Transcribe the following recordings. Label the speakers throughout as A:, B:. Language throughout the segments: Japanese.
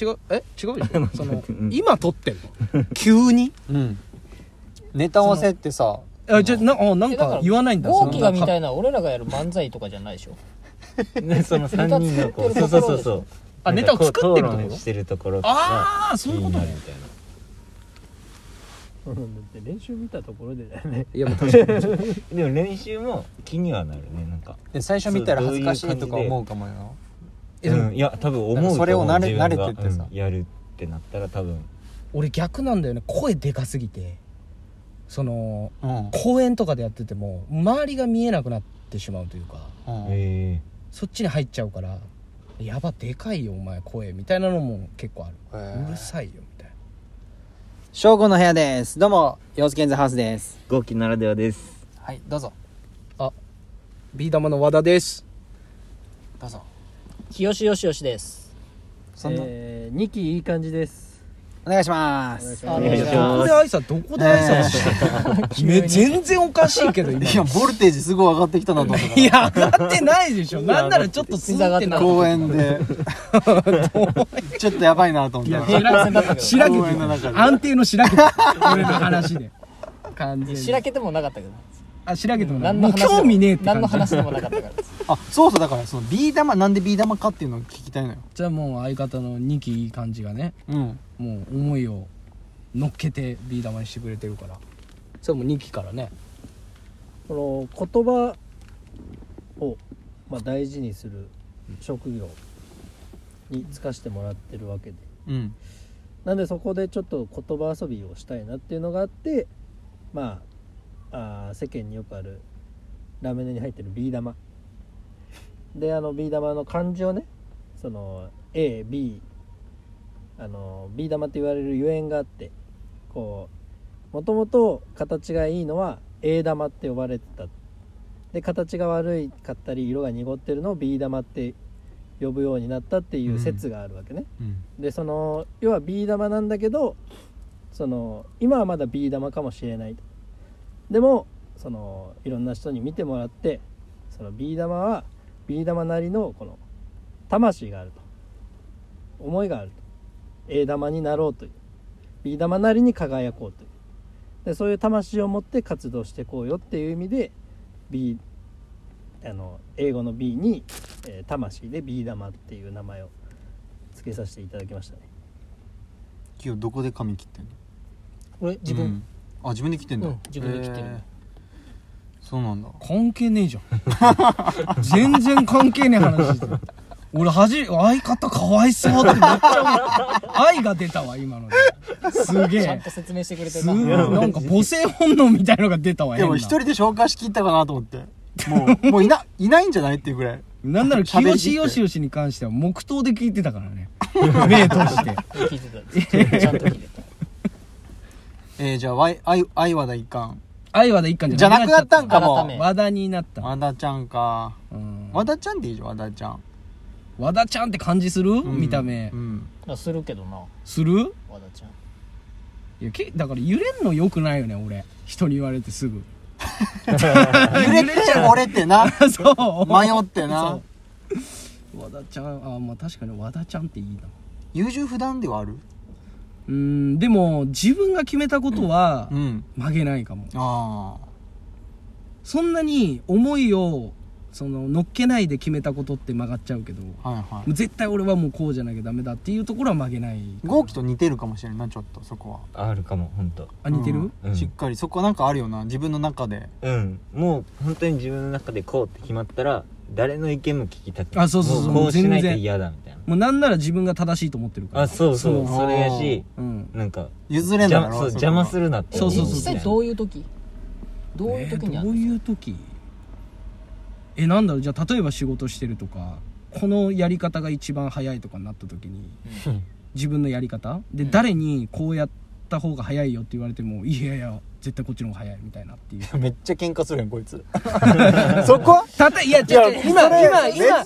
A: 違うえ違うでし ょその
B: うん
A: 今撮ってんの急に
C: うんネタ合わせってさ
A: あじゃあなあなん
D: えだか
A: から言わないんだ
D: 豪気がみた
A: い
D: いな俺らがやる漫才とかじゃないでしょ
B: ね、その3人のこう
D: ネタ
B: そう
D: 作
B: そ
D: っ
B: う
D: て
B: そ
D: るところ
A: あネタを作ってるところ
B: うそう
D: でしょ
B: なんかこ
A: あ
B: う討論してるところが
A: あそういうこと
B: 気にな
A: ね
B: るみたいな
E: って練習見たところでだよね
C: いやもう確かに
B: でも練習も気にはなるねなんか
C: で最初見たら恥ずかしいとか思うかもよ
A: えでも
B: うんいや多分思うと思う
C: なんかそれを慣れ
B: 自分が
C: 慣れてってさ
B: うんやるってなったら多分
A: 俺逆なんだよね声でかすぎてその
C: うん
A: 公園とかでやってても周りが見えなくなってしまうというか
C: うん
B: え
A: そっちに入っちゃうからやばでかいよお前声みたいなのも結構ある、
C: へー
A: うるさいよみたいな
C: 正午の部屋ですどうも陽介ンズハウスです
B: ー、豪気ならではです
C: はいどうぞ
A: ビー玉の和田です
C: どうぞ
D: 清志よしよしです
C: そんな、
E: えー、2期いい感じです
C: お願いしま
E: お願いし
C: す
E: ま
B: お
E: す
B: 願いし
A: ど
B: ま
A: こで挨拶どこで挨拶してんの、め全然おかしいけど今
C: いやボルテージすごい上がってきたなと思ったから
A: いや上がってないでしょなんならちょっとつがって な
C: 公園でちょっとやばいなと 思った
D: 平らだったけ
A: 白毛
C: 公園の中で
A: 安定の白毛俺の話で完全
D: ど
A: に
D: しらけてもなかったけど
A: あ白毛ともない
D: 何
A: も
D: の
A: う
D: 話でも
A: 興味ねえって感じ
D: 何の話でもなかったから
C: あそうそうだからそのビー玉なんでビー玉かっていうのを聞きたいのよ
A: じゃあもう相方の2期いい感じがね
C: うん
A: もう思いを乗っけてビー玉にしてくれてるからそれも2期からね
E: この言葉を、まあ、大事にする職業に就かしてもらってるわけで
C: うん
E: なんでそこでちょっと言葉遊びをしたいなっていうのがあってまああー世間によくあるラムネに入ってるビー玉であのビー玉の漢字をねその AB あのビー玉って言われるゆえんがあってこうもともと形がいいのは A 玉って呼ばれてたで形が悪いかったり色が濁ってるのを B 玉って呼ぶようになったっていう説があるわけね、
C: うん
E: でその要は B 玉なんだけどその今はまだ B 玉かもしれないとでもそのいろんな人に見てもらってその B 玉は B 玉なりのこの魂があると思いがあると A 玉になろうという B 玉なりに輝こうというでそういう魂を持って活動していこうよっていう意味で B あの英語の B に、えー魂で B 玉っていう名前を付けさせていただきましたね
C: 今日どこで髪切ってんの
D: 俺自分、
C: うんあ自分で切ってんだ、
D: うん自分で切ってる
C: へーそうなんだ
A: 関係ねえじゃん全然関係ねえ話してる俺恥じ相方かわいそうってめっちゃ思った愛が出たわ今のですげ
D: ちゃん
A: え
D: と説明してくれて
A: す
D: るな
A: なんか母性本能みたいのが出たわ
C: でも
A: 変な
C: 一人で消化しきったかなと思ってもう もういないないんじゃないっていうぐらい
A: なんなら
C: 喋り
A: 清
C: きっ
A: 志
C: て
A: よしよしに関しては黙祷で聞いてたから ね目閉じて
D: 聞いてたちゃんと聞いてた
C: えー、じゃあわいあい愛和田一貫
A: 愛はだ一貫
C: じ
A: じ
C: ゃ
A: ゃ
C: な
A: な
C: く
A: く
C: な
A: な
C: っ
A: ったた
C: んか
D: 改
C: も
D: め
A: 和田になった
C: 和田ちゃんか
A: うん
C: 和田ちゃんでいいじゃん和田ちゃん、
A: 和田ちゃんって感じする、
C: うん
A: 見た目
C: うん
D: あするけどな
A: する
D: 和田ちゃん
A: いやけだから揺れんのよくないよね俺人に言われてすぐ
C: 揺れて俺っ てな
A: そう
C: 迷ってな
A: そ和田ちゃんあまあ確かに和田ちゃんっていいな
C: 優柔不断ではある
A: うんでも自分が決めたことは
C: うん
A: 曲げないかも
C: ああ
A: そんなに思いをその乗っけないで決めたことって曲がっちゃうけども
C: はいは
A: う絶対俺はもうこうじゃなきゃダメだっていうところは曲げない
C: い豪輝と似てるかもしれんなちょっとそこは
B: あるかも本当
A: あ似てる、
B: うん
C: しっかりそこなんかあるよな自分の中で
B: うんもう本当に自分の中でこうって決まったら誰の意見も聞きたくない
A: あそうそうそう
B: もこうしない
A: 全
B: と
A: 然
B: 嫌だみたい
A: もうなんなら自分が正しいと思ってるか
B: な
A: ら
B: あそう
A: そ
B: そ
A: う
B: うそれやし
A: うん
B: なんか
C: 譲れん
B: 邪
C: だ
B: 魔
C: ろ
B: そう
C: そこ
B: 邪
C: は
B: 魔するなって
A: そうそうそう
D: 実際どういう時どういう時に
A: えー
D: ある
A: どういう時えなんだろうじゃあ例えば仕事してるとかこのやり方が一番早いとかになった時に自分のやり方で、
D: うん
A: 誰にこうやった方が早いよって言われてもいやいや絶対こっちの方が早いみたいなっていう
C: めっちゃ喧嘩するやんこいつそこ
A: たとえいや違う違う今
C: それ
A: 今
C: め
A: 今
C: っちゃ気になり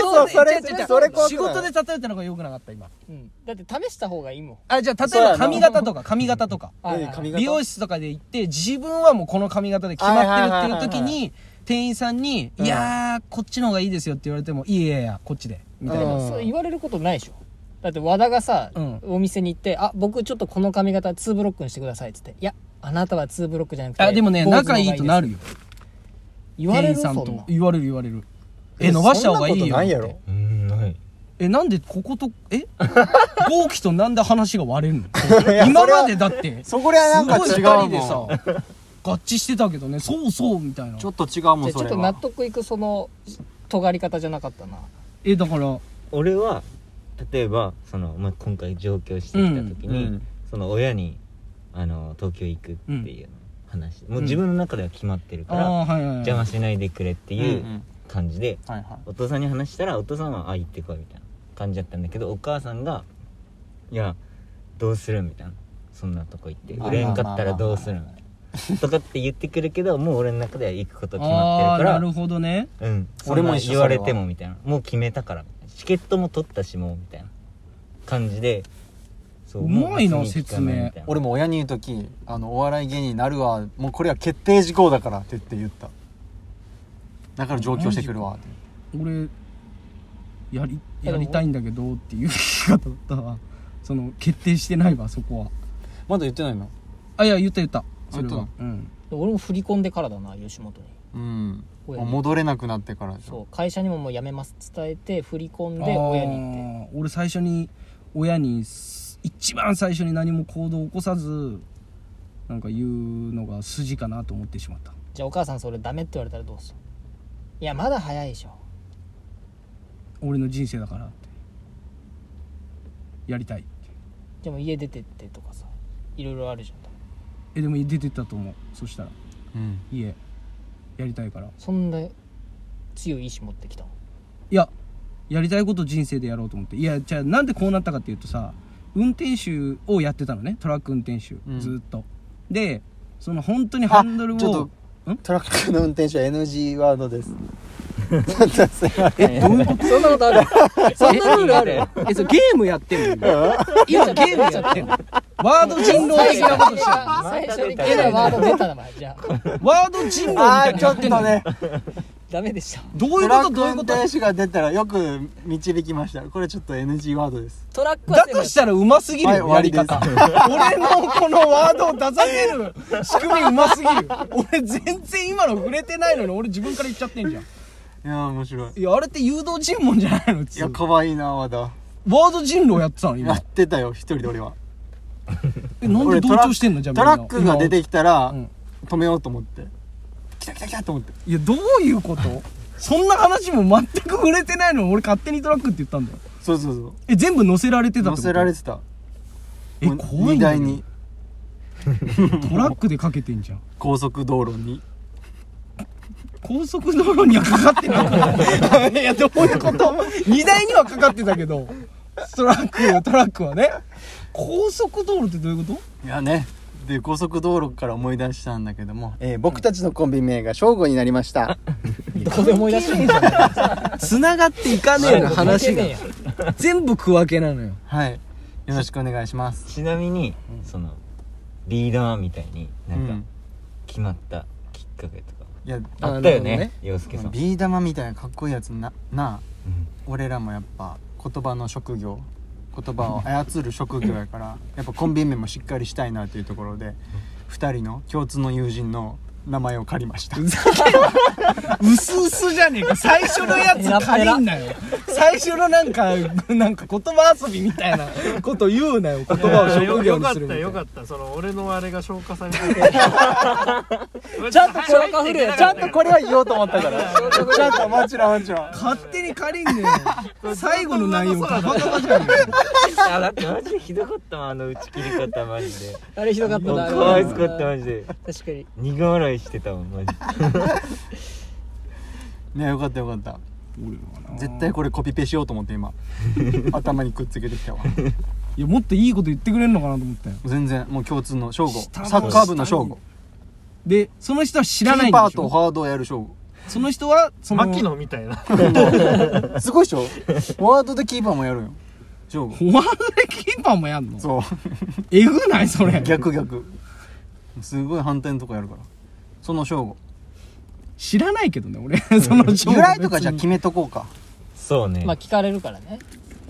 C: そう
A: それ
C: それ
A: 違う違う違う
C: それ怖くない
A: 仕事で例えたのが良くなかった今
D: うんだって試した方がいいもん
A: あじゃあ
C: そ
A: 例
C: う
A: え
C: や
A: ば
C: な
A: 髪型とか髪型とか
D: はい
C: え
D: はい
C: 髪型
A: 美容室とかで行って自分はもうこの髪型で決まってるっていう時
C: はいはいはい
A: に店員さんに「
C: うん
A: いやーこっちの方がいいですよ」って言われても「いやいやいやこっちで」みたいな
C: うん
D: そう言われることないでしょだって和田がさ、
A: うん
D: お店に行って「あ僕ちょっとこの髪型2ブロックにしてください」っつって「いやあなたは2ブロックじゃなくて
A: あでもね
D: 坊主の
A: 仲いいとなるよ
D: 言わ
A: 店
D: れ
A: 員
D: る
A: さ
D: そ
A: ん
D: ん
A: と
D: な
A: 言われる言われるえ伸ばした方がいいよ
C: そんなことないやろ
B: うんない
A: えなんでここと え豪輝となんで話が割れるの今までだってす
C: そこらはなんか
A: ごい
C: 違
A: 二人
C: う
A: で
C: もん
A: さ合致してたけどねそうそうみたいな
C: ちょっと違うも
D: じゃ
C: ん
D: あち
C: そ
D: ょっ
C: れ
D: と納
C: は
D: 得いくその尖り方じゃなかったな
A: えだから
B: 俺は例えばその、まあ、今回上京してきた時に、
C: うん
B: その親にあの東京行くっていう話、もう自分の中では決まってる
A: あ
B: から、
A: あーはいはいはい
B: 邪魔しないでくれって
C: う
B: いうん感じで、
C: はいはい
B: お父さんに話したらお父さんは「あ行ってこい」みたいな感じだったんだけどお母さんが「いやどうする?」みたいなそんなとこ行って
C: まあ
B: 売れんかったらどうするみ
C: まあまあ
B: たいなとかって言ってくるけどもう俺の中では行くこと決ま
A: あ
B: っ
A: あ
B: て
A: な
B: る
A: るほどね
B: からうん
C: 俺も一
B: そ
C: 緒
B: んな言われ
C: そ
B: て
C: れは
B: もみたいなもう決めたからみたいなチケットも取ったしもうみたいな感じでそう
A: まいな
B: もう別に聞かなみたいな
C: 俺も親に言う時あのお笑い芸人になるわもうこれは決定事項だからって言って言っただから上京してくるわって
A: 俺やりやりたいんだけどっていう聞き方だったわその決定してないわそこは
C: まだ言ってないの
A: あいや言った言ったそれは
C: 本
A: うん
D: 俺も振り込んでからだな吉本に
C: うん
D: 親
C: もう
D: に
C: 戻れなくなってからじゃん
D: そう会社にももう辞めますって伝えて振り込ん
A: あ
D: で
A: ー
D: 親に言って
A: 俺最初に親にす一番最初に何も行動を起こさずなんか言うのが筋かなと思ってしまった
D: じゃあお母さんそれダメって言われたらどうするいやまだ早いでしょ
A: 俺の人生だからってやりたい
D: でも家出てってとかさいろいろあるじゃん
A: えでも出てったと思うそしたら
C: うん
A: 家やりたいから
D: そんな強い意志持ってきたの
A: いややりたいこと人生でやろうと思っていやじゃあなんでこうなったかっていうとさ運転手をやってたのねトラック運転手、
C: うん
A: ずーっとでその本当にハンドル
C: あちょっ
A: をん
C: とトラックの運転手は NG ワードです ちょっとすいません
D: そんなことあるそんなルールある
A: えそうゲームやってんの
D: いや
A: ゲームやって んのワード人狼的なことしてる
D: 最初に嫌なワード出たな前じゃあ
A: ワード人狼み
C: あ
A: たい
C: ー
A: に
C: ちょ
A: や
C: っ
A: って
C: と
A: んの
C: ね
D: ダメでした
A: どういうこ
C: トラ
A: と
C: ック
A: どうい
C: 運
A: うこと
C: 転手が出たらよく導きましたこれちょっと NG ワードです
D: トラックは
A: だ
D: でも
A: としたらうますぎるよ、
C: はい
A: やり方
C: 終
A: 俺のこのワードを出させる仕組みうますぎる俺全然今の触れてないのに俺自分から言っちゃってんじゃん
C: いやー面白い
A: いやあれって誘導尋問じゃないの普
C: い
A: 通
C: や可愛いな和田
A: ワード人狼やってたの
C: や
A: 今
C: ってたよ一人で俺は
A: えなんで
C: 俺
A: 同
C: トラ
A: 調してんのじゃあ
C: トラックが出て
A: き
C: きたら
A: うん
C: 止めようと思って来た来た来たと思って
A: いやどういうことそんな話も全く触れてないのに俺勝手にトラックって言ったんだよ
C: そうそうそう
A: え全部載せられてたってこ
C: 乗
A: と
C: せられてた
A: え
C: もう
A: 怖いんだ
C: 荷
A: け
C: 台
A: ど
C: に
A: トラックでかけてんじゃん
C: 高速道路に
A: 高速道路にはかかって ないいやどういうこと荷台にはかかってたけどトラックはトラックはね高速道路ってどういうこ
C: いやねで高速道路から思い出したんだけども、えー僕たちのコンビ名が正午になりました
D: どこで思い出してんじゃん
A: と繋がっていかねえの話が全部区分けなのよ
C: はいよろしくお願いします
B: ちなみに、そのリーダーみたいになん
C: う
B: か
C: ん
B: 決まったきっかけとか、
C: いや
B: あったよ
A: な
B: ね洋介さん、
C: ビー玉みたいなかっこいいやつななあ
B: うん
C: 俺らもやっぱ言葉の職業言葉を操る職業やからやっぱコンビ名もしっかりしたいなというところで2人の共通の友人の名前を借りました
A: うすうすじゃねえか最初のやつ借りんなよ最初のなんかなんか言葉遊びみたいなこと言うなよ言葉を職業にするみたいな
F: よかったよかったその俺のあれが消化 された
D: ちゃんと消化不良や
C: ちゃんとこれは言おうと思ったからちゃんともちろんもちろん
A: 勝手に借りんねよ最後の内容ガバガバじゃん
B: あだってマジでひどかったわあの打ち切り方マジで
D: あれひどかった
B: もう
D: な
B: かわいそうかったマジで
D: 確かに
B: 苦笑いしてたもんマジで
C: ねよかったよかった絶対これコピペしようと思って今頭にくっつけてきたわ
A: いやもっといいこと言ってくれるのかなと思ったよ
C: 全然もう共通の正吾
A: 下の
C: サッカー部の正吾
A: でその人は知
C: キ
A: らないん
C: ー
A: で
C: パー
A: し
C: と
A: ょ
C: ハードをやる正吾
A: その人はその
F: 牧野みたいな
C: すごいでしょワードでキーパーもやるよ正吾
A: フォワードでキーパーもやんの
C: そう
A: えぐないそれ
C: 逆逆すごい反転とかやるからその正吾
A: 知ら ないけどね俺その
C: 由来とかじゃあ決めとこうか
B: そうね、
D: まあ聞かれるからね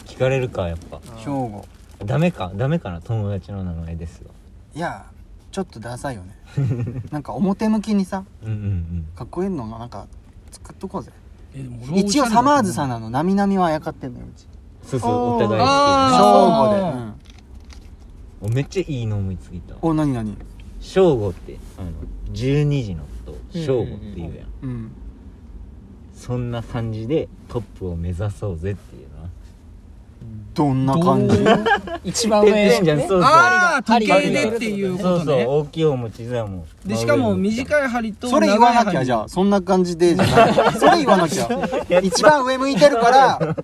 B: 聞聞かれるかやっぱ
C: 正吾
B: ダメかダメかな友達の名前ですよ
C: いやちょっとダサいよねなんか表向きにさ
B: うんうんうん
C: かっこいいのなんか作っとこうぜ
A: えでも俺も
C: 一応サマーズさん
A: ん
C: なのなみなみはあやかってんのようち
B: そうそうお互い
A: あ
B: 好
C: 正吾で、
A: あー
C: うん
B: きめっちゃいいの思いついた
C: お何何
B: 正午ってあの12時のこと正午っていうやん,、
C: うん
B: そんな感じでトップを目指そうぜっていうな
C: どんな感じ
A: どう
D: 一番
B: て
D: 上
B: っぺんじゃんそうそう
A: ああ時
D: 針が
A: 計でっていうこ
B: そう
A: と
B: そう、
A: ね
B: 大きいお餅だもん
A: でしかも
B: い
A: 短い針と
C: それ言わなきゃじゃあそんな感じでじゃないそれ言わなきゃ一番上向いてるから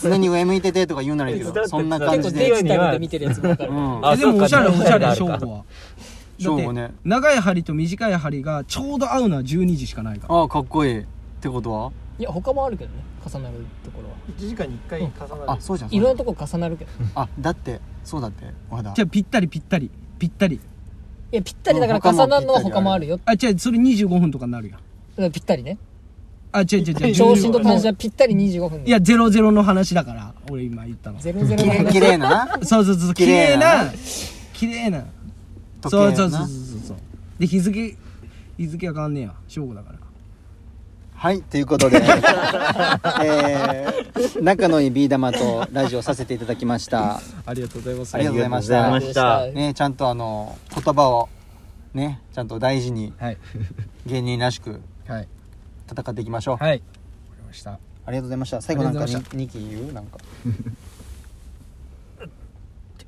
C: 常に上向いててとか言うならいいけ
B: 手伝っ
C: ど
B: て
C: そんな感じ
D: 結構
C: で
D: デジタルで見てるやつもわか
C: う
D: るから
C: ん
A: あ
B: あ
A: でもおしゃれ
B: そ
A: お
B: うか
A: しゃれ
B: ある
A: シ
B: か
A: ョーゴは
C: ショーゴ
A: だっ
C: ね
A: て長い針と短い針がちょうど合うのは12時しかないから
C: ああかっこいいってことはい
D: や他もあるけどね重なるところは
F: 1時間に1回重な
C: あ
F: る
C: そうじゃん
D: いろんな
C: と
D: とこ重なるけど
C: あだってそうだってまだ
A: じゃあぴったりぴったりぴったり
D: いやぴったりだから重なるのは他もあるよ
A: あ違うそれ25分とかになるやん
D: うんぴったりね
A: あ違う違う違う
D: 長身と短身はぴったり25分
A: いやゼロゼロの話だから俺今言ったの
D: ゼロゼロ
C: 綺
D: の
C: 麗
D: 話
C: 綺麗な
A: そうそうそう綺
C: 綺
A: 麗
C: 麗
A: な
C: な
A: 綺麗な
C: 時計
A: そ
C: や
A: う
C: な
A: そうそうそうそうで日付日付は変わんねえや正午だから
C: はいということで えー仲のいいビー玉とラジオさせていただきました
A: ありがとうございます
C: ありがとうございまし
B: ありがとうござ
C: た
B: いました
C: ねちゃんとあの言葉をねちゃんと大事に
A: はい
C: 芸人らしく
A: はい
C: 戦っていきましょう
A: はいわかりました
C: ありがとうございました。最後なんか
A: ありがとう
C: 二期言うなんか。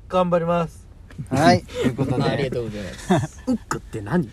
F: 頑張ります
C: はい。ということ
D: あ
C: で。
D: りがとうございます
E: うっくって何